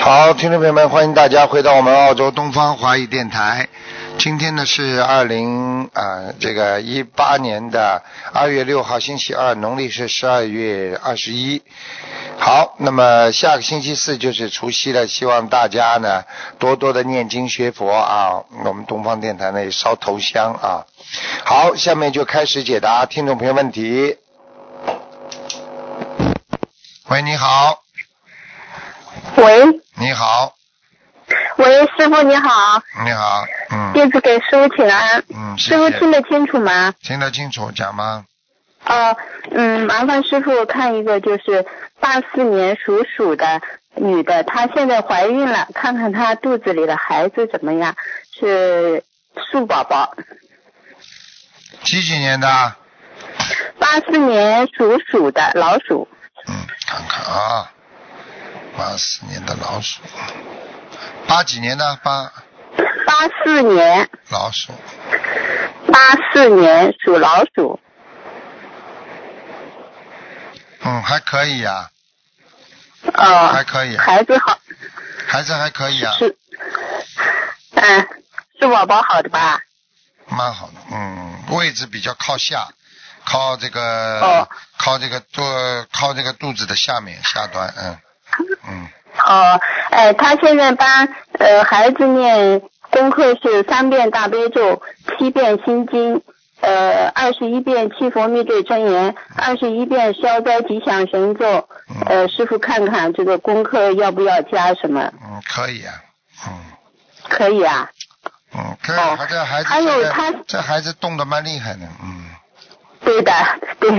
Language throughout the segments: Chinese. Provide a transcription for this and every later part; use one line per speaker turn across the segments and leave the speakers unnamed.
好，听众朋友们，欢迎大家回到我们澳洲东方华语电台。今天呢是二零啊这个一八年的二月六号星期二，农历是十二月二十一。好，那么下个星期四就是除夕了，希望大家呢多多的念经学佛啊。我们东方电台呢也烧头香啊。好，下面就开始解答听众朋友问题。喂，你好，
喂
你好，
喂，师傅你好，
你好，嗯
弟子给师傅请安。
嗯，谢
师傅听
谢，
得清楚吗？
听得清楚讲吗？
哦、嗯，麻烦师傅看一个，就是八四年属鼠的女的，她现在怀孕了，看看她肚子里的孩子怎么样，是树宝宝。
几几年的？
八四年属鼠的老鼠，
嗯，看看啊，八四年的老鼠，八几年的八
八四年，
老鼠，
八四年属老鼠，
嗯，还可以呀、
哦、
还可以、
孩子好
孩子还可以啊，
是，嗯，是宝宝好的吧？
蛮好的，嗯，位置比较靠下，靠这个，
哦
靠这个肚，靠这个肚子的下面下端，嗯，嗯，
哦，哎，他现在帮呃孩子念功课是三遍大悲咒，七遍心经，呃，二十一遍七佛灭罪真言，二十一遍消灾吉祥神咒。
嗯
呃，师傅看看这个功课要不要加什么？
嗯，可以啊，嗯。
可以啊。
嗯，可以，
哦
还这孩子
还有
这个
他
这孩子动的蛮厉害的，嗯，
对的，对，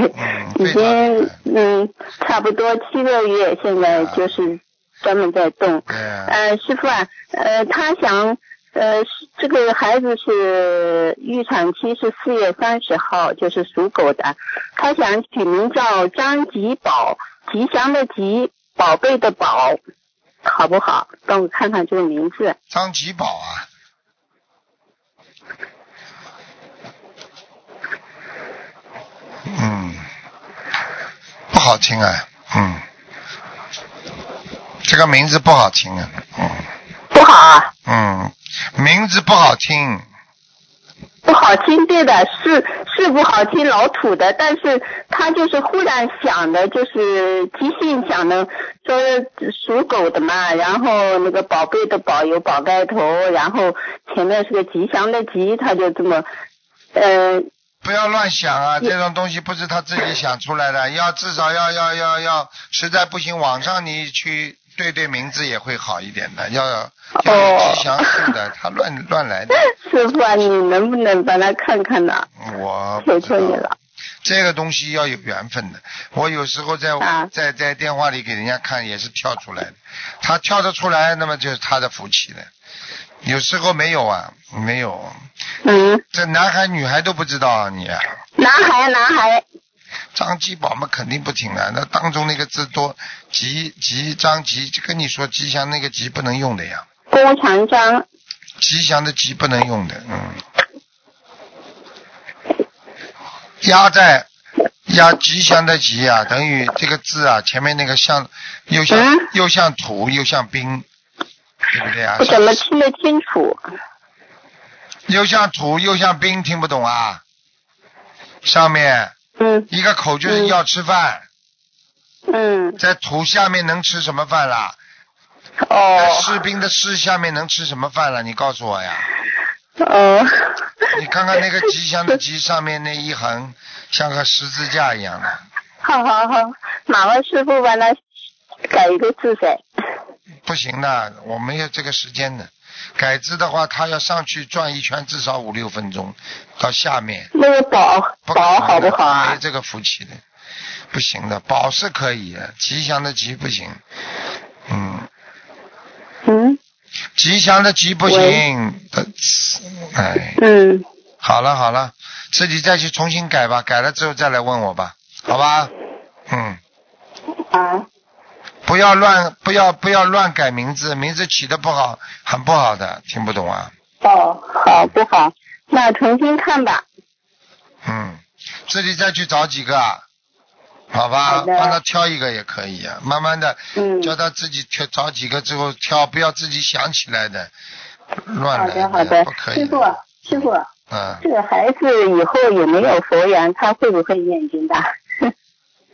已
对
经
的
嗯差不多七个月，现在
啊
就是专门在动。
对、
呃，师傅啊，呃，他想，呃，是这个孩子是预产期是四月三十号，就是属狗的，他想取名叫张吉宝，吉祥的吉，宝贝的宝，好不好？帮我看看这个名字。
张吉宝啊，嗯，不好听啊，嗯，这个名字不好听啊，嗯
不好啊，
嗯，名字不好听，
不好听，对的，是是不好听，老土的，但是他就是忽然想的，就是即兴想的，说属狗的嘛，然后那个宝贝的宝有宝盖头，然后前面是个吉祥的吉，他就这么，呃，
不要乱想啊，
你
这种东西不是他自己想出来 的，要至少要要要要，实在不行网上你去对对名字也会好一点的，要要有
哦
吉祥性 的，他乱乱来的，
师傅啊，你能不能帮他看看呢？
我不
求
知道
求你了，
这个东西要有缘分的。我有时候在、
啊
在在电话里给人家看也是跳出来的，他跳得出来，那么就是他的福气了。有时候没有啊，没有，
嗯，
这男孩女孩都不知道啊你啊
男孩男孩，
张吉宝嘛肯定不听的，那当中那个字多吉吉张吉，就跟你说吉祥那个吉不能用的呀，
弓长张，
吉祥的吉不能用的，嗯，压在压吉祥的吉啊，等于这个字啊，前面那个像又像、
嗯
又像土又像冰，对不对啊
我？怎么听得清楚？
又像土又像冰，听不懂啊？上面
嗯
一个口就是
嗯
要吃饭，
嗯，
在土下面能吃什么饭啊啦？在
哦
士兵的士下面能吃什么饭了？你告诉我呀！
哦。
你看看那个吉祥的吉上面那一横，像个十字架一样的，
好好好，麻烦师傅帮他改一个字噻。
不行的，我没有这个时间的。改字的话，他要上去转一圈，至少五六分钟，到下面。
那个宝
不可
宝
能的
好不好
没
啊？
这个福气的，不行的。宝是可以的，吉祥的吉不行。嗯，
嗯
吉祥的吉不行。呃哎，
嗯，
好了好了，自己再去重新改吧，改了之后再来问我吧，好吧？嗯，
啊
不要乱不要不要乱改名字，名字起的不好，很不好的，听不懂啊？
哦，好不好？那重新看吧。
嗯，自己再去找几个啊，好
好
吧，
的
帮他挑一个也可以啊，慢慢的，
嗯，
叫他自己挑找几个之后挑，不要自己想起来的，
好
乱来
的好的
不，可以
师傅
的，
师傅，
嗯，
这个孩子以后有没有佛缘？他会不会念经的？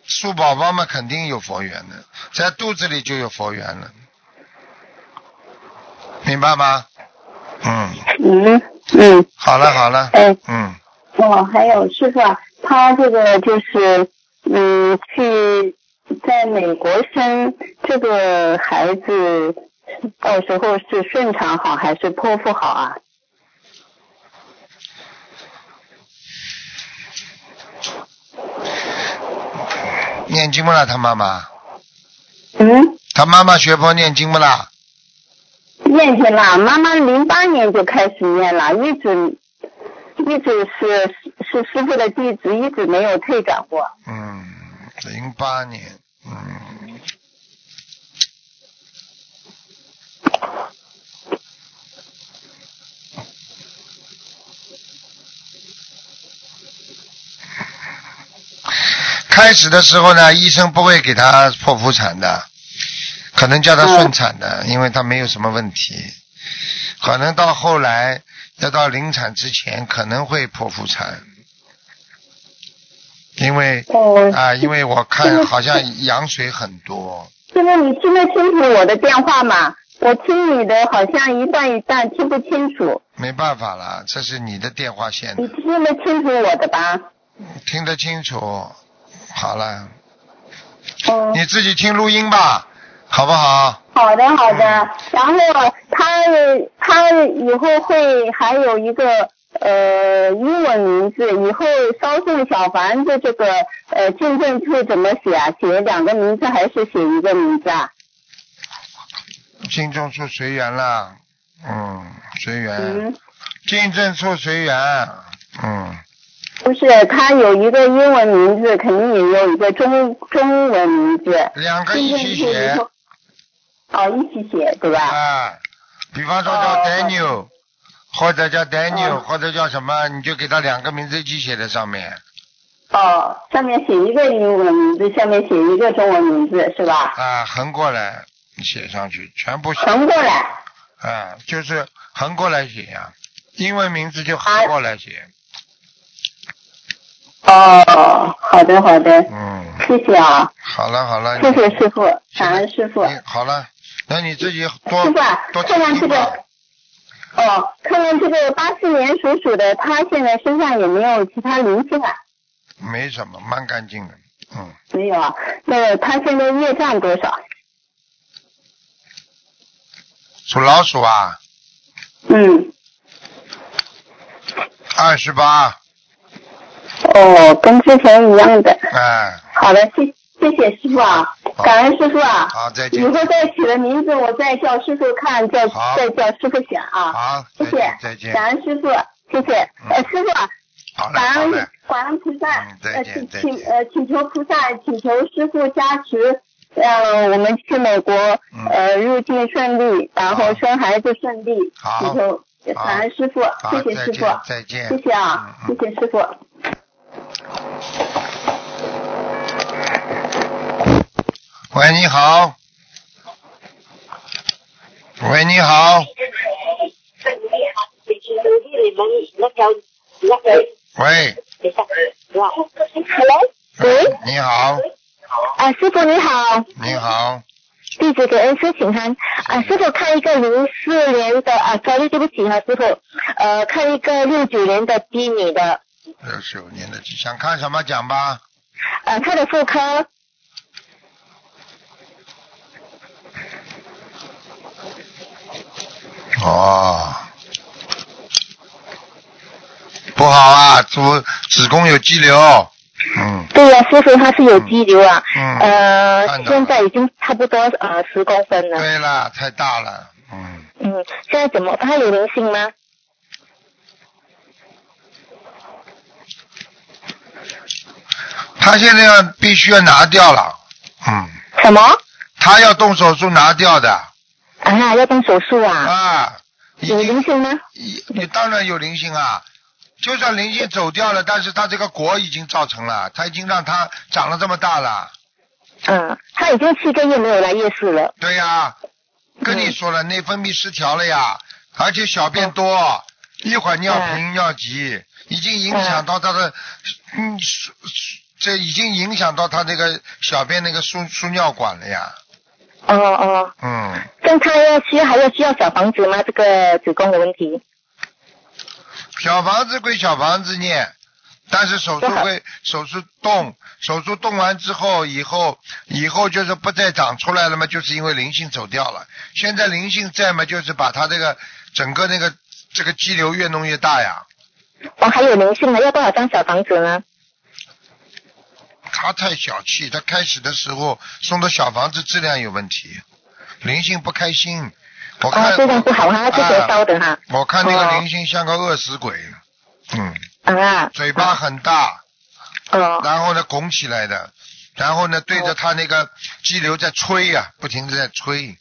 树宝宝们肯定有佛缘的，在肚子里就有佛缘了，明白吗？嗯，
嗯嗯，
好了好了，
哎，
嗯，
哦，还有师傅啊，他这个就是，嗯，去在美国生这个孩子，到时候是顺产好还是剖腹好啊？
念经不啦？他妈妈，
嗯，
他妈妈学佛念经不啦？
念经啦，妈妈零八年就开始念了，一直一直是是师傅的弟子，一直没有退转过。
嗯，零八年，嗯，开始的时候呢，医生不会给他剖腹产的，可能叫他顺产的，因为他没有什么问题。可能到后来，要到临产之前，可能会剖腹产，因为
哦
啊，因为我
这
看
个
好像羊水很多，
师傅，你听得清楚我的电话吗？我听你的好像一段一段听不清楚，
没办法啦，这是你的电话线
你听得清楚我的吧？
听得清楚。好了，
嗯，
你自己听录音吧，好不好？
好的好
嗯
的。然后他他以后会还有一个呃英文名字，以后烧送小房子这个呃进证处怎么写啊？写两个名字还是写一个名字啊？
金钟处随缘啦，嗯，随缘。
嗯，
金正处随缘，嗯，
不是，他有一个英文名字，肯定也有一个中中文名字。
两个
进
一
证
起
处以
写
后，哦，一起写对吧？
啊，比方说叫
哦
Daniel，或者叫 Daniel，
哦
或者叫什么，你就给他两个名字一起写在上面。
哦，上面写一个英文名字，下面写一个中文名字是吧？
啊，横过来写上去，全部写
横过来。
啊，就是横过来写呀、英文名字就横过来写，
哦，好的好的，
嗯，
谢谢啊，
好了好了，
谢谢师傅，感恩师傅。
你
师
好了，那你自己多
傅啊，
多
看看
听
这
听
个
吧，，
哦，看看这个八四年属鼠的，他现在身上有没有其他灵性啊？
没什么，蛮干净的，嗯，
没有啊，那个他现在业障多少？
属老鼠啊，
嗯，
二十八，
哦，跟之前一样的。
哎，
好的，谢谢谢师傅啊，
好
感恩师傅啊。
好，再
以
见
后，再取了名字，我再叫师傅看，再
好
再叫师傅选啊。
好，
谢
再
谢
见，再见，嗯
感恩师傅，谢谢。呃，师傅，
好嘞，
感
好
恩
嘞，
感恩菩萨
嗯，再
呃，
见
请
再
请
见
呃请求菩萨，请求师傅加持，让我们去美国
嗯
呃入境顺利，然
好
后生孩子顺利。
好
请求呃
好
感恩师傅，
好，
谢谢
再
师傅
见，，再见，
谢谢啊，
嗯
谢谢师傅。
喂，你好。喂，你好。喂，
Hello，喂，
你好，
啊，师傅你好。
你好，
弟子给恩师请安。啊，师傅看一个零四年的啊，sorry，对不起哈、师傅，呃，看一个六九年的低女的，
六九年的鸡，想看什么讲吧？
呃，她的妇科，
哦，不好啊，子子宫有肌瘤，嗯
对呀、师傅她是有肌瘤啊，
嗯，看
呃，
到了
现在已经差不多呃十公分了，
对了，太大了，嗯，
嗯，现在怎么？她有灵性吗？
他现在要必须要拿掉了，嗯，
什么？
他要动手术拿掉的
啊，要动手术啊？
啊，已
有
经
灵性吗？
你你当然有灵性啊，就算灵性走掉了，但是他这个果已经造成了，他已经让他长了这么大了。
嗯，他已经七个月没有来夜市了。
对呀、跟你说了，内分泌失调了呀，而且小便多，一会儿尿频尿急，已经影响到他的，嗯，输输这已经影响到他那个小便那个输输尿管了呀，
哦哦，
嗯，
像他要需要还要需要小房子吗？这个子宫的问题。
小房子归小房子念，但是手术
多少
会手术动，手术动完之后，以后以后就是不再长出来了嘛，就是因为灵性走掉了。现在灵性在嘛，就是把他这个整个那个这个肌瘤越弄越大呀。
哦，还有灵性呢，要多少张小房子呢？
他太小气，他开始的时候送的小房子质量有问题，灵性不开心。我看、
哦，非常不好哈，之前烧的哈。
我看那个
哦
灵性像个饿死鬼，嗯，
啊。
嘴巴很大，
哦
然后呢拱起来的，然后呢对着他那个肌瘤在吹呀、不停的在吹，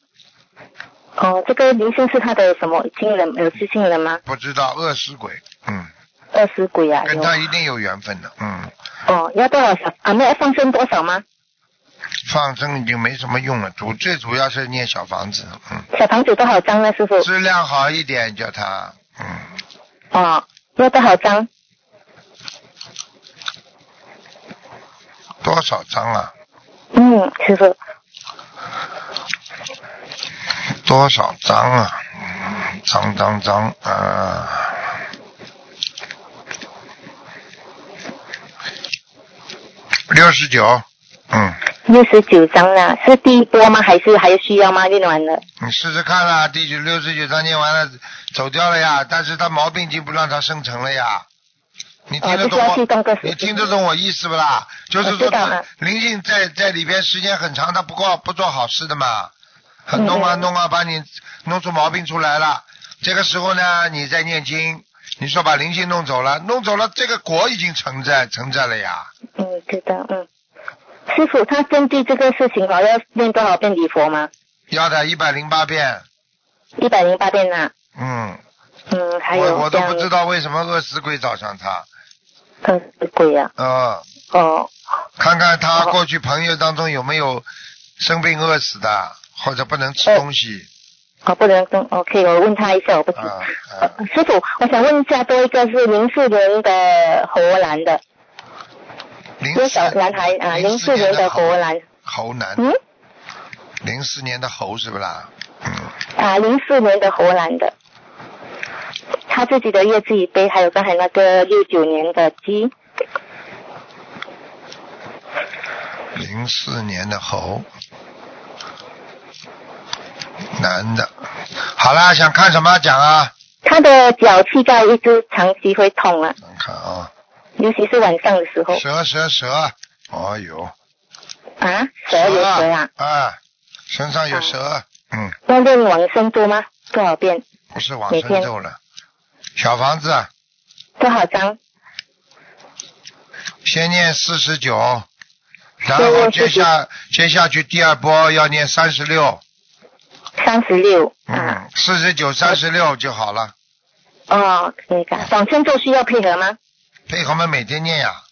哦，这个灵性是他的什么亲人？有是亲人吗？
不知道饿死鬼，嗯，
饿死鬼啊！
跟
有
他一定有缘分的，嗯，
哦，要多少小啊？没有放生多少吗？
放生已经没什么用了，主最主要是念小房子，嗯，
小房子多少张呢，师傅？
质量好一点叫他，嗯，
哦，要多少张？
多少张啊？
嗯，师傅。
多少张啊？张张张啊！六十九，嗯，
六十九张了，是第一波吗？还是还需要吗？练完了。
你嗯试试看啦、第九六十九章念完了，走掉了呀，但是他毛病已经不让他生成了呀。你听
哦，
得
就是
懂
要去
我？
动个手
你
术。
听得懂我意思不啦？就是
我
说
呃知道
他
了
灵性在在里边时间很长，他不过不做好事的嘛，
嗯
弄啊弄啊，把你弄出毛病出来了。这个时候呢，你在念经，你说把灵性弄走了，弄走了，这个果已经存在存在了呀。
嗯，知道，嗯。师傅，他针对这个事情哦，要练多少遍礼佛吗？
要的一百零八遍，
一百零八遍呐、
嗯，
嗯，还有
我我都不知
像
道为什么饿死鬼找上他，
呃鬼啊，
嗯、
哦
看看他
好
过去朋友当中有没有生病饿死的，或者不能吃
哎
东西
哦，不能跟 OK，我问他一下，我不知、
啊、
呃
啊
师傅，我想问一下，多一个是零四年的荷兰的，
零
一
四
个小男孩啊，零四年的荷兰，
猴男，
嗯
零四年的猴是不啦？嗯，
啊，零四年的荷兰的，他自己的业自己背，还有刚才那个六九年的鸡，
零四年的猴，男的。好啦，想看什么讲啊？
他的脚膝盖一直长期会痛啊，
想看啊，
尤其是晚上的时候
蛇蛇蛇，哦呦，
啊，蛇有蛇啊，
啊，身上有蛇，嗯，
要练往生咒吗？多少遍？
不是往
每
生
天
咒了，小房子啊
多少张？
先念四十九，然
先
后
念
接下接下去第二波要念三十六，
三十六啊。
嗯，四十九三十六就好了。
哦，可以的。往生咒需要配合吗？
配合我们每天念呀，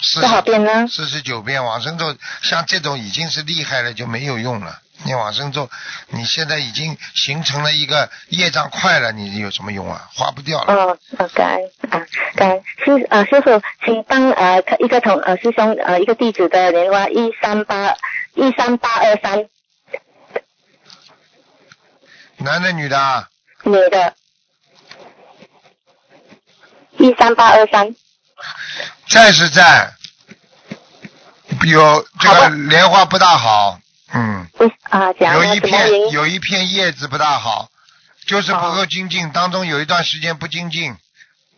四
多少
十
遍呢？
四十九遍往生咒，像这种已经是厉害了就没有用了。念往生咒，你现在已经形成了一个业障快了，你有什么用啊？花不掉了。
哦，呃感恩啊，感恩师啊，师傅，请帮呃一个同呃师兄呃一个弟子的莲花一三八一三八二三
男的女的啊？
女的，一三八二三
在是在，有这
好
个
的
莲花不大好，嗯。
为啊讲
有
啊
一
什么原
片
因？
有一片叶子不大好，就是不
哦
够精进，当中有一段时间不精进，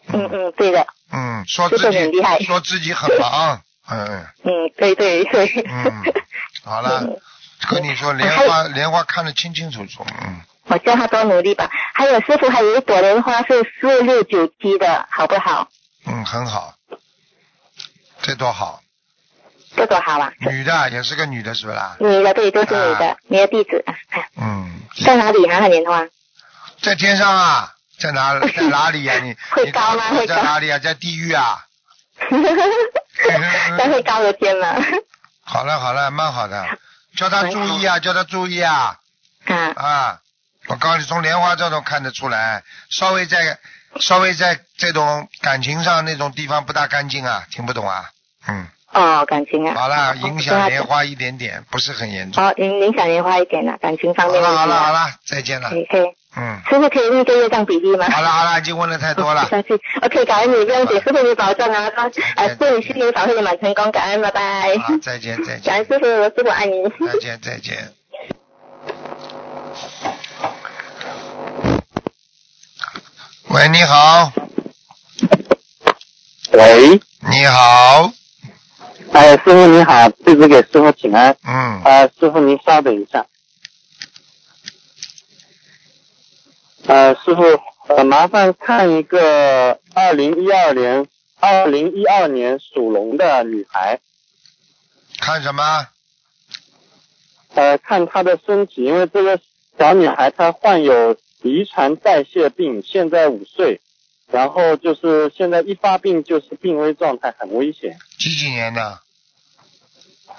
嗯嗯，对的，
嗯，说
这
自
个很厉害
己说自己很忙，嗯，
嗯对对对，
嗯好了，
嗯
跟你说莲花莲花看得清清楚楚，嗯，
我叫他多努力吧。还有师傅，还有一朵莲花是四六九七的，好不好？
嗯，很好，这多好，
这朵好啊，
女的也是个女的是不啦？
女的对，都是女的，
嗯啊
你的弟子啊，
嗯，
在哪里啊？莲花
在天上啊，在哪在哪里呀、你
会
你
高吗会
在
高
哪里呀、在地狱啊？
在会高的天 了。
好了好了，蛮好的，叫他注意啊，叫他注意啊
啊，
啊！我告诉你，从莲花这种看得出来，稍微在稍微在这种感情上那种地方不大干净啊，听不懂啊？嗯，
哦，感情啊。
好了，影响莲
莲花。
花一点点，不是很严重。
哦，影影响莲花一点了，感情
好
方面。
了好了好。了，再见了
可。以可以，
嗯，
师傅可以问一个业障比例吗？
好了好了，已经问的太多了。
下次 OK，感恩你这样子，师傅你保重啊，呃，祝你新年法会圆满成功，感恩，拜拜。
哎好，嗯再见再
感
见
恩。师傅，师傅爱你。
再见，再见。喂，你好，
喂，
你好，
哎，师傅你好，弟子给师傅请安。
嗯，
啊，师傅您稍等一下。呃，师傅，呃，麻烦看一个二零一二年，二零一二年属龙的女孩，
看什么？
呃，看她的身体，因为这个小女孩她患有遗传代谢病，现在五岁，然后就是现在一发病就是病危状态，很危险。
几几年的？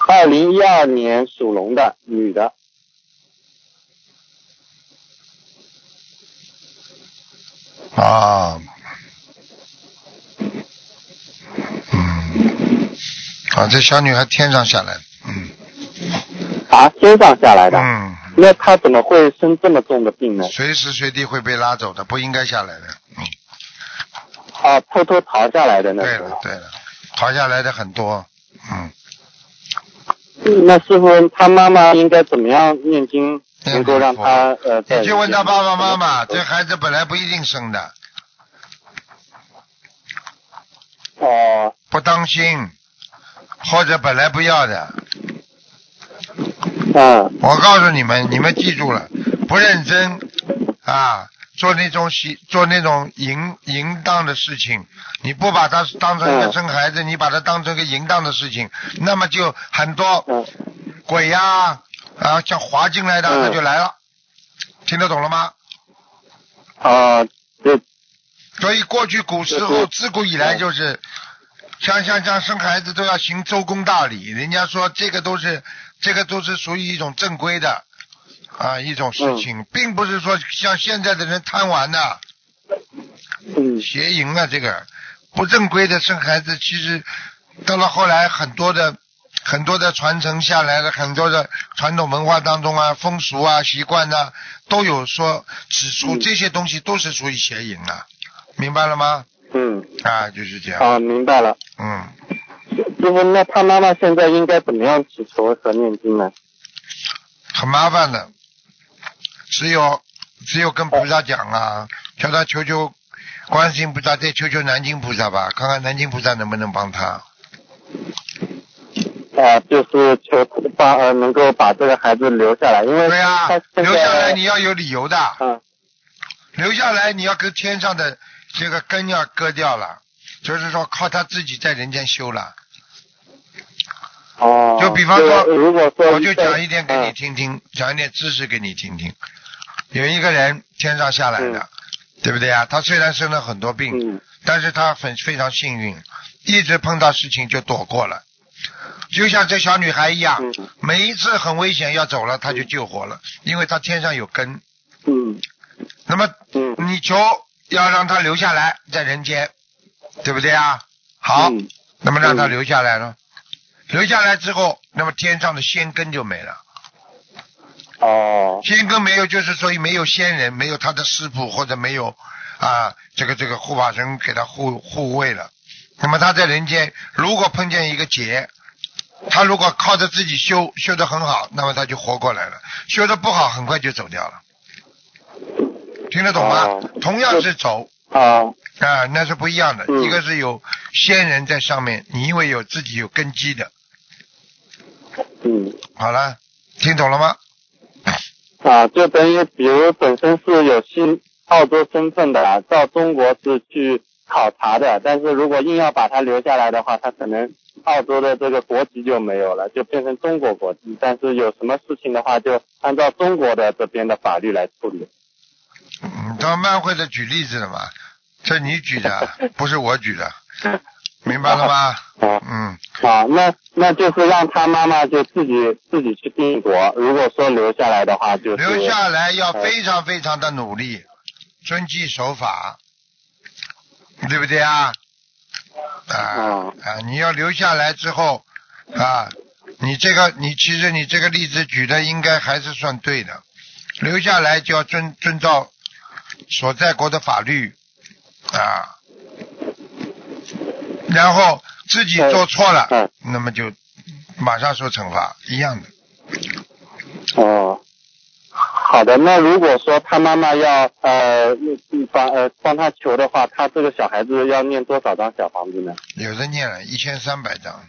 二零一二年属龙的女的。
啊，嗯，啊，这小女孩天上下来的，嗯
啊，天上下来的。
嗯，
那他怎么会生这么重的病呢？
随时随地会被拉走的，不应该下来的。嗯，
啊，偷偷逃下来的那
对
时
了
候。
对了，逃下来的很多，嗯，
那师傅他妈妈应该怎么样念经，能够让他呃？
你去问他
在
爸爸妈妈，这孩子本来不一定生的，
哦
不当心，或者本来不要的。
嗯
我告诉你们，你们记住了，不认真啊，做那种喜做那种淫淫荡的事情，你不把它当成一个
嗯
生孩子，你把它当成一个淫荡的事情，那么就很多
嗯
鬼呀啊像滑进来的
嗯
他就来了，听得懂了吗？
啊，这
所以过去古时候
嗯
自古以来就是，像像像生孩子都要行周公大礼，人家说这个都是这个都是属于一种正规的啊一种事情，并不是说像现在的人贪玩呐、
嗯
邪淫啊，这个不正规的生孩子，其实到了后来很多的很多的传承下来的很多的传统文化当中啊，风俗啊、习惯呐、都有说指出
嗯
这些东西都是属于邪淫啊，明白了吗？
嗯
啊，就是这样。
啊，明白了。
嗯，
师傅，那他妈妈现在应该怎么样祈求和念经呢？
很麻烦的，只有只有跟菩萨讲啊，叫他求求观世音菩萨，再求求南京菩萨吧，看看南京菩萨能不能帮他。
啊，就是求把呃能够把这个孩子留下来，因为
对呀、
他现在
留下来你要有理由的，
嗯
留下来你要跟天上的这个根要割掉了，就是说靠他自己在人间修了。
哦，
就比方说
就是如果说
我就讲一点给你
嗯
听听，讲一点知识给你听听。有一个人天上下来的，
嗯
对不对啊？他虽然生了很多病，
嗯
但是他很非常幸运，一直碰到事情就躲过了，就像这小女孩一样，
嗯
每一次很危险要走了，她就救活了，因为她天上有根。
嗯
那么
嗯。
你求要让她留下来在人间，对不对啊？好，
嗯
那么让她留下来了，留下来之后，那么天上的仙根就没了。
哦，
仙根没有，就是所以没有仙人，没有他的师傅或者没有啊这个这个护法神给他护护卫了。那么他在人间如果碰见一个劫，他如果靠着自己修修得很好，那么他就活过来了；修得不好，很快就走掉了。听得懂吗？
哦
同样是走
啊，
啊，那是不一样的。
嗯
一个是有仙人在上面，你因为有自己有根基的。
嗯，
好了，听懂了吗？
啊，就等于比如本身是有新澳洲身份的啊，到中国是去考察的，但是如果硬要把他留下来的话，他可能澳洲的这个国籍就没有了，就变成中国国籍。但是有什么事情的话，就按照中国的这边的法律来处理。
嗯，当曼慧的举例子了嘛，这你举的，不是我举的，明白了吗？
啊
嗯，
啊，那那就是让他妈妈就自己自己去定国。如果说留下来的话，就是
留下来要非常非常的努力，遵纪守法，对不对啊？啊
哦
啊！你要留下来之后啊，你这个你其实你这个例子举的应该还是算对的，留下来就要遵遵照所在国的法律啊，然后自己做错了，
嗯
那么就马上受惩罚，一样的。
哦，好的，那如果说他妈妈要呃帮呃帮他求的话，他这个小孩子要念多少张小房子呢？
有的念了一千三百张，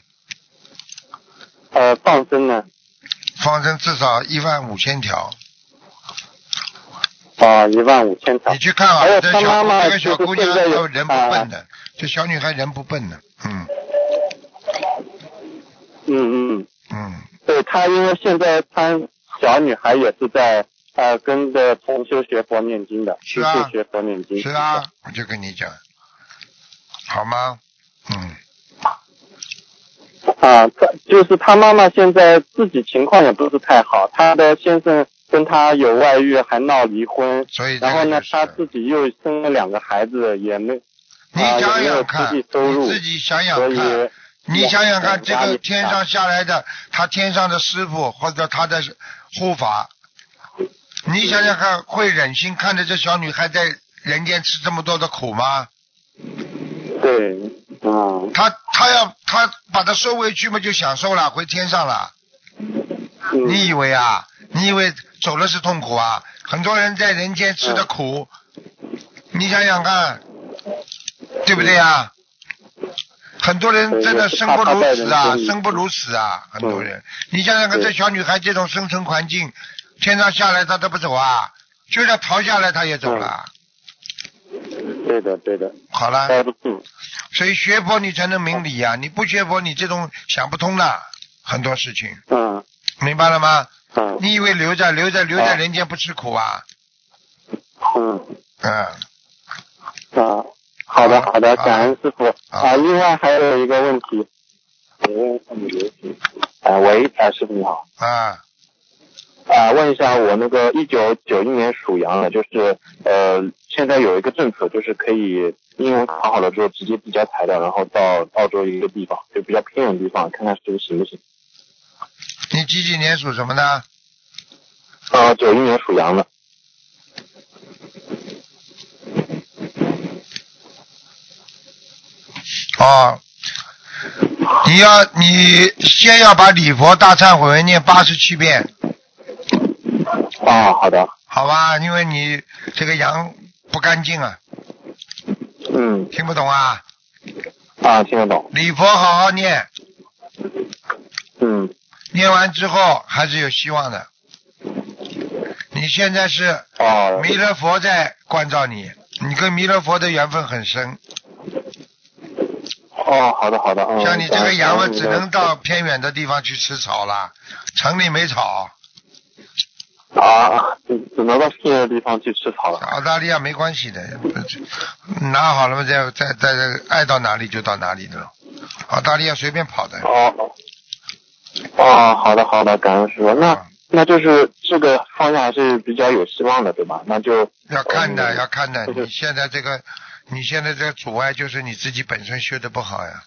呃，放生呢？
放生至少一万五千条。
啊、一万五千条
你。去看啊，
还有
这
他
小
妈妈
这个小
就是
姑娘
现在有啊
她人不笨的，这小女孩人不笨的，嗯
嗯嗯，
嗯，
对他，因为现在他小女孩也是在呃跟着同修学佛念经的，
是啊
去学佛念经。
是啊，我就跟你讲，好吗？嗯，
啊，他就是他妈妈现在自己情况也不是太好，她的先生跟她有外遇，还闹离婚，
所以这
然后
个
呢
就，
她
是
自，己又生了两个孩子，也没
你
啊也
想
没有
想
经
看，
济收
你
入
自，己想
所
想
以
看，你想想看，这
压力
个
大
天上下来的，他天上的师傅或者他的护法，你想想看，会忍心看着这小女孩在人间吃这么多的苦吗？
对，嗯
他他要他把他收回去嘛，就享受了，回天上了。
嗯，
你以为啊？你以为走了是痛苦啊？很多人在人间吃的苦，你想想看，对不对啊？很多人真的生不如死啊，生不如死啊！很多人，你想想看，
对
这小女孩这种生存环境，天上下来她都不走啊，就算逃下来她也走了。
对的对的，
好了，
待不住，
所以学佛你才能明理啊呀、你不学佛，你这种想不通的很多事情，
嗯
明白了吗？
嗯
你以为留在留在留在
啊
人间不吃苦啊？
嗯
嗯，
啊，好的好的，
好
感恩师傅
好
啊，另外还有一个问题，我问一下你问题，啊，喂，啊，师傅你好。
啊，
啊、问一下，我那个一九九一年属羊的，就是呃，现在有一个政策，就是可以英文考好了之后直接递交材料，然后到澳洲一个地方，就比较偏远的地方，看看是不是行不行。
你几几年属什么的？
啊、九一年属羊的，
哦，你要你先要把礼佛大忏悔文念八十七遍，
啊、好的，
好吧？因为你这个羊不干净啊，
嗯，
听不懂啊？
啊、听得懂，
礼佛好好念，
嗯，
念完之后还是有希望的。你现在是
哦、
弥勒佛在关照你，你跟弥勒佛的缘分很深。
哦，好的，好的，嗯，
像你这
感
个
恩
羊
感
嘛，
恩
只
你的
能到偏远的地方去吃草啦，城里没草，
啊，只只能到偏远的地方去吃草了。
澳大利亚没关系的，拿好了嘛，再再再再爱到哪里就到哪里的了。澳大利亚随便跑的，
哦，哦哦，好的，好的，感恩师傅，那。
啊
那就是这个方向还是比较有希望的，对吧？那就
要看的
嗯
要看的。
就是
你现在这个，你现在这个阻碍就是你自己本身修的不好呀，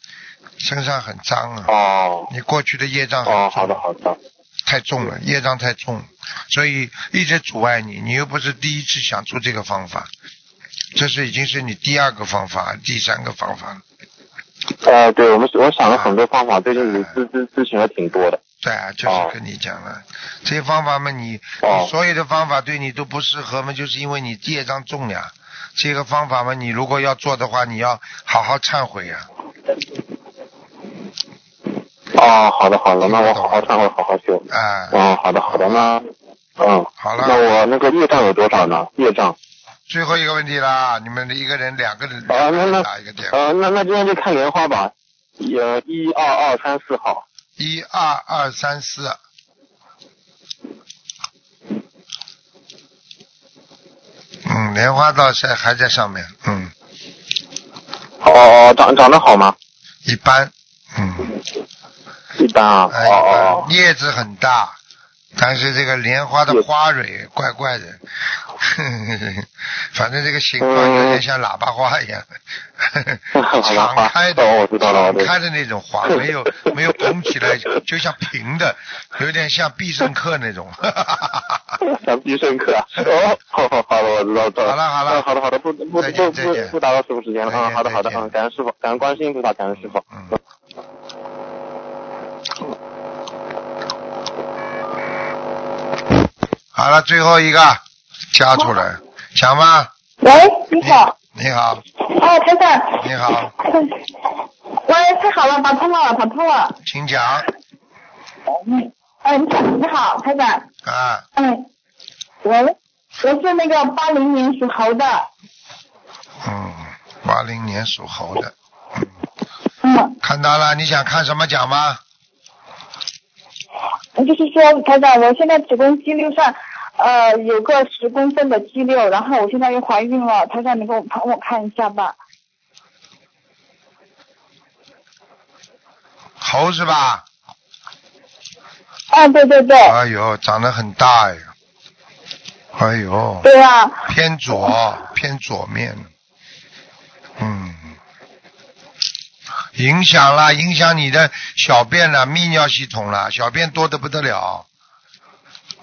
身上很脏啊，
哦
你过去的业障很
哦，好
重
的好的，
太重了，业障太重，所以一直阻碍你。你又不是第一次想出这个方法，这是已经是你第二个方法、第三个方法了。
呃，对我们我想了很多方法，最近你咨咨咨询了挺多的。
对啊，就是跟你讲了，这些方法嘛，你
哦
你所有的方法对你都不适合嘛，就是因为你业障重呀。这个方法嘛，你如果要做的话，你要好好忏悔呀、
哦，好的好的，那我好好忏悔，好好修。
啊，
哦，好的好的，那嗯，
好
那
了，
我那个业障有多少呢？业障，
最后一个问题啦，你们一个人两个人
啊那那
打一个电话，
呃，那那今天就看莲花吧，也一二二三四号。
一二二三四，嗯，嗯，莲花倒是还在上面，嗯，
哦哦，长长得好吗？
一般，嗯，
一般啊。
哎，一
哦
般，叶子很大，但是这个莲花的花蕊怪怪的， 反正这个形状有点像喇叭花一样，
哦哦，好
敞
吧，
开
哦，
的
我，知道了，
敞
我知道
开的那种花，没有没有拱起来，就像平的，有点像必胜客那种。
了，像必胜客啊。哦，好好好了，我知道，知道
好了好了
嗯好的好的，不不不
再见
不
再见
不打扰师傅时间了，
再见
嗯，好的好的，
再见
嗯，感恩师傅，感恩观世音菩萨，感恩师傅，
嗯
嗯。
好了，最后一个加出来，想吗？
喂，你好，
你好，
哦，台长，
你好，
喂，太好了，打通了，打通了，
请讲
嗯，哎，你好，你好，台长，
啊，
嗯，喂，我是那个八零年属猴的，
嗯，八零年属猴的，
嗯，
看到了，你想看什么讲吗？
就是说，台长，我现在子宫肌瘤上，呃，有个十公分的肌瘤，然后我现在又怀孕了，台长，你给我帮我看一下吧，
猴是吧？
啊，对对对，
哎呦，长得很大哎，哎呦，
对啊，
偏左，偏左面，嗯，影响了，影响你的小便了，泌尿系统了，小便多的不得了，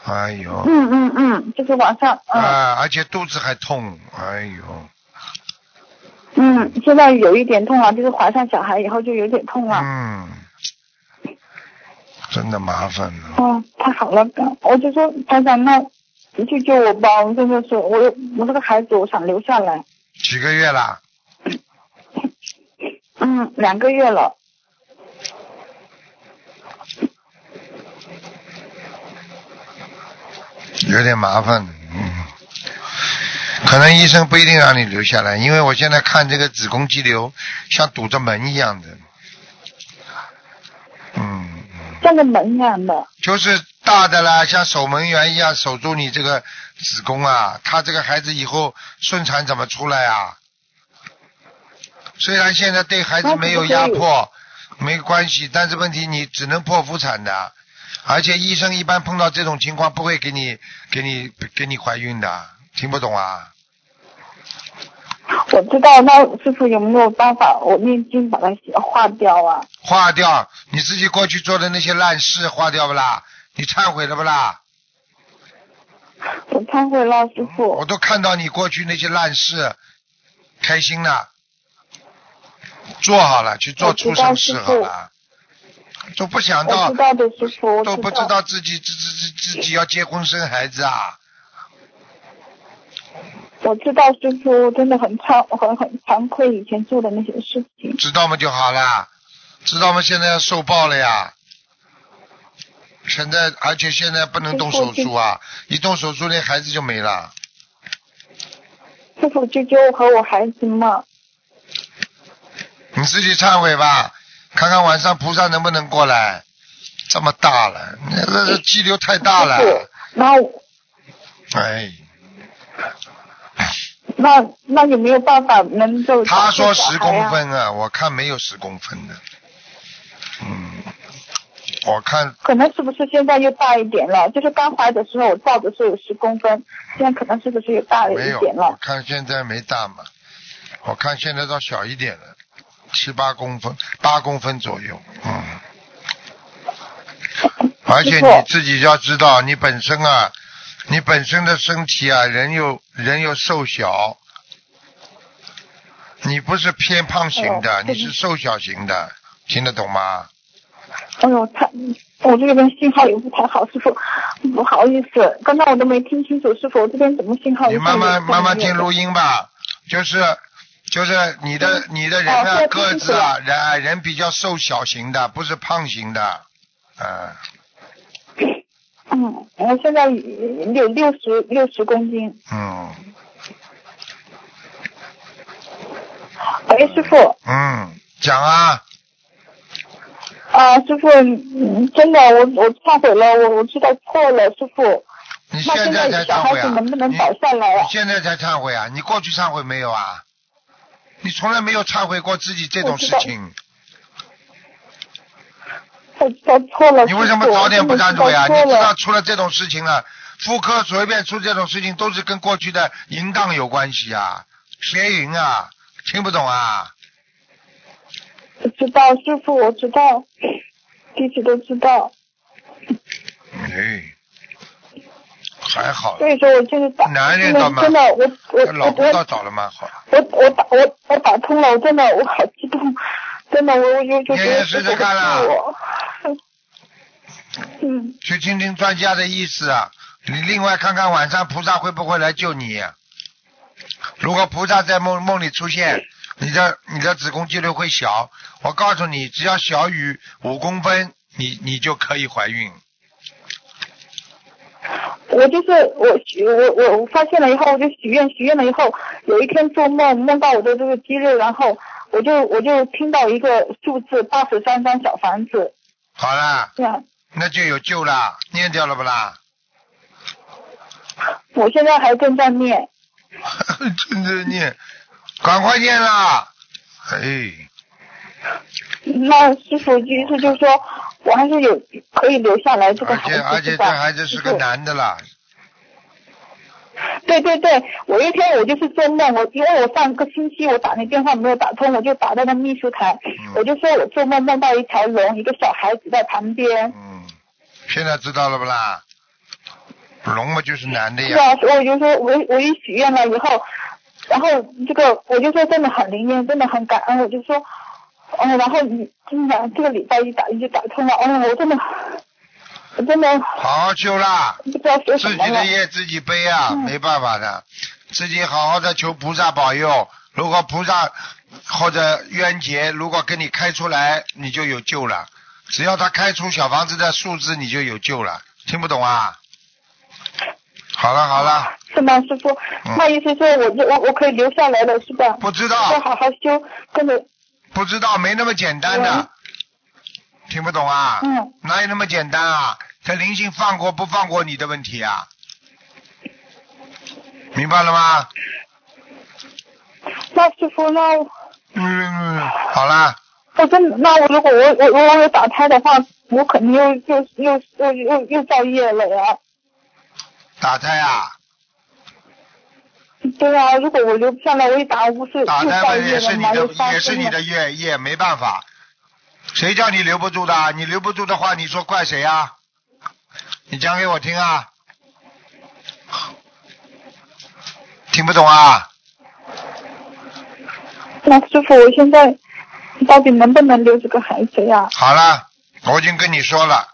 哎呦，
嗯嗯嗯，就是晚上，嗯
啊，而且肚子还痛，哎呦，
嗯，现在有一点痛了，就是怀上小孩以后就有点痛了。
嗯，真的麻烦了。
哦，太好了，我就说台长，那你去救我吧，我真的是我有我这个孩子，我想留下来。
几个月啦？
嗯，两个月了。
有点麻烦，嗯，可能医生不一定让你留下来，因为我现在看这个子宫肌瘤像堵着门一样的，嗯，
像个门一样的。
就是大的啦，像守门员一样守住你这个子宫啊，他这个孩子以后顺产怎么出来啊？虽然现在对孩子没有压迫，没关系，但是问题你只能剖腹产的，而且医生一般碰到这种情况不会给你给你给你怀孕的，听不懂啊？
我知道，那师傅有没有办法，我念经把它写化掉啊？
化掉你自己过去做的那些烂事，化掉不啦？你忏悔了不啦？
我忏悔了，师傅
我。都看到你过去那些烂事，开心了，做好了，去做出生事好了，都不想
我
到
知，道的，师傅，我
都不知
知道。
道自己自自自自己要结婚生孩子啊，
我知道，师傅，我真的很惭，很很惭愧以前做的那些事情。
知道吗就好了，知道吗？现在要受报了呀。现在，而且现在不能动手术啊！一动手术，那孩子就没了。
师傅救救我和我孩子嘛！
你自己忏悔吧，看看晚上菩萨能不能过来。这么大了，那那那肌瘤太大了。
师傅，然后
哎，
那那有没有办法能够？
他说十公。分啊，我看没有十公分的。嗯，我看
可能是不是现在又大一点了？就是刚怀的时候我照的是有十公分，现在可能是不是又大了
没有，
一点
我
了？
看现在没大嘛，我看现在倒小一点了，七八公分，八公分左右。嗯，而且
师傅
你自己要知道，你本身啊，你本身的身体啊，人又人又瘦小，你不是偏胖型的，
哦
你是瘦小型的，听得懂吗？
哎呦，他我这边信号也不太好，师傅不好意思，刚才我都没听清楚，师傅我这边怎么信号
你
一下
慢
也不
慢慢慢听录
音。
音吧，就是就是你的你的人
哦
啊
对
个
听
子
清楚
啊
了
人人比较瘦小型的，不是胖型的，啊，
嗯，我现在有六十六十公斤。
嗯
喂，哎师傅，
嗯，讲啊，
啊、师傅，嗯真的，我我忏悔了，我我知道错了，师傅，
你
那
现
在
才
小
忏
孩
悔
子
啊？
能不能
你
保下来啊
你？现在才忏悔啊？你过去忏悔没有啊？你从来没有忏悔过自己这种
我知
事
道
情，
我知道错了，
你为什么
师傅
早点不忏悔啊？
我
你
真的
知
知道错
道
了，
出了这种事情了，妇科随便出这种事情都是跟过去的淫荡有关系啊，邪淫啊，听不懂啊？
我知道师傅，我知道，弟子都知道。
哎，还好，
所以说我就是打，
男人
真的
干嘛
真的，我我
老
我
婆倒
我
找了蛮好。
我我打我我打通了，我真的我好激动，真的我我就就觉
你也
得
试
师
试
傅很
看啦
救我。嗯，
去听听专家的意思啊。你另外看看晚上菩萨会不会来救你。啊如果菩萨在梦梦里出现，你的你的子宫肌瘤会小。我告诉你，只要小于五公分，你你就可以怀孕。
我就是我许我我我发现了以后，我就许愿，许愿了以后，有一天做梦梦到我的这个肌肉，然后我就我就听到一个数字八十三张小房子，
好啦，
这样。
那就有救啦，念掉了不啦？
我现在还正在念，
真的念，赶快念啦！哎，
那师傅意思就是说我还是有可以留下来这个
而
孩
且而且这
子，是吧
孩子是个
就是
男的啦，
对对对，我一天我就是做梦，我因为我上个星期我打那电话没有打通，我就打到那秘书台，
嗯
我就说我做梦梦到一条龙，一个小孩子在旁边，
嗯，现在知道了不啦？龙嘛就是男的
是
哎呀。
啊，所以我就说我我一许愿了以后，然后这个我就说真的很灵验，真的很感恩，我就说，哦，然后你竟然这个礼拜一打一就打通了，哦，我真的，我真的
好好修啦，
不知道说什
自己
么了
的。业自己背啊，
嗯
没办法的，自己好好的求菩萨保佑。如果菩萨或者冤结，如果给你开出来，你就有救了。只要他开出小房子的数字，你就有救了。听不懂啊？好了好了，
是吗，师傅？
嗯
那意思是我就我我可以留下来了，是吧？
不知
再
道
好好修，跟着
不知道，没那么简单的
嗯，
听不懂啊？
嗯，
哪有那么简单啊？这灵性放过不放过你的问题啊？明白了吗？
那师傅，那我
嗯，好啦，
我真的那我如果我我我有打胎的话，我肯定又又又又又又造业了呀。
打胎啊，
对啊，如果我留不下来，我一打不是又
打胎
造
嘛
业
也
了
是你
吗？又
的，
杀
也是
生
你
了。
的业业，没办法。谁叫你留不住的？你留不住的话，你说怪谁啊？你讲给我听啊！听不懂啊？
那师傅，我现在到底能不能留这个孩子呀？
好了，我已经跟你说了，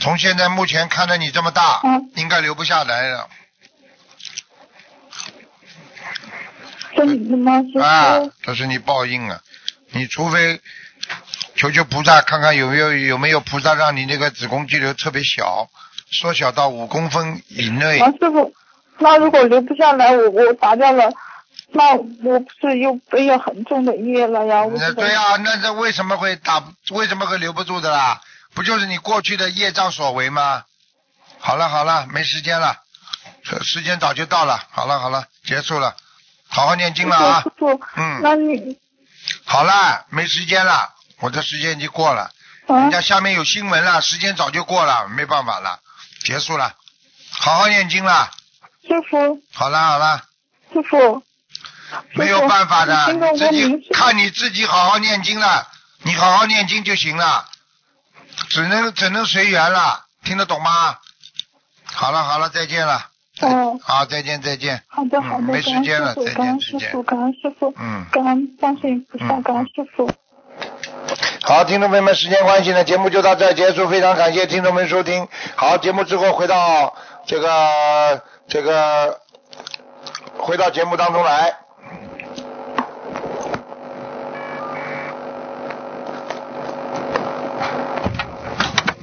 从现在目前看着你这么大，
嗯
应该留不下来了。
真的吗，师傅？
啊，这是你报应啊！你除非求求菩萨，看看有没有有没有菩萨让你那个子宫肌瘤特别小，缩小到五公分以内
王。啊师傅，那如果留不下来，我我打掉了，那我不是又背了很重的业了呀？我
那
这个
对啊，那这为什么会打？为什么会留不住的啦？不就是你过去的业障所为吗？好了好了，没时间了，时时间早就到了。好了好了，结束了，好好念经了啊
师！傅，
嗯
那你
好了，没时间了，我的时间已经过了。
啊
人，家下面有新闻了，时间早就过了，没办法了，结束了，好好念经了，
师傅，
好了好了，
师傅，
没有办法的，
师傅
你自
我明
己
白
看你自己好好念经了，你好好念经就行了，只能只能随缘了，听得懂吗？好了好了，再见了，
哦
好再见再见，
好的好
嗯
的，
没时间了
感恩
再见
师
再
傅，
见
感恩师傅，感恩
嗯
师傅，感恩观世音菩萨，
嗯
感恩师傅。
好，听众朋友们，时间关系呢，节目就到这儿结束。非常感谢听众们收听。好，节目之后回到这个这个回到节目当中来。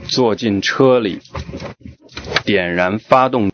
坐进车里，点燃发动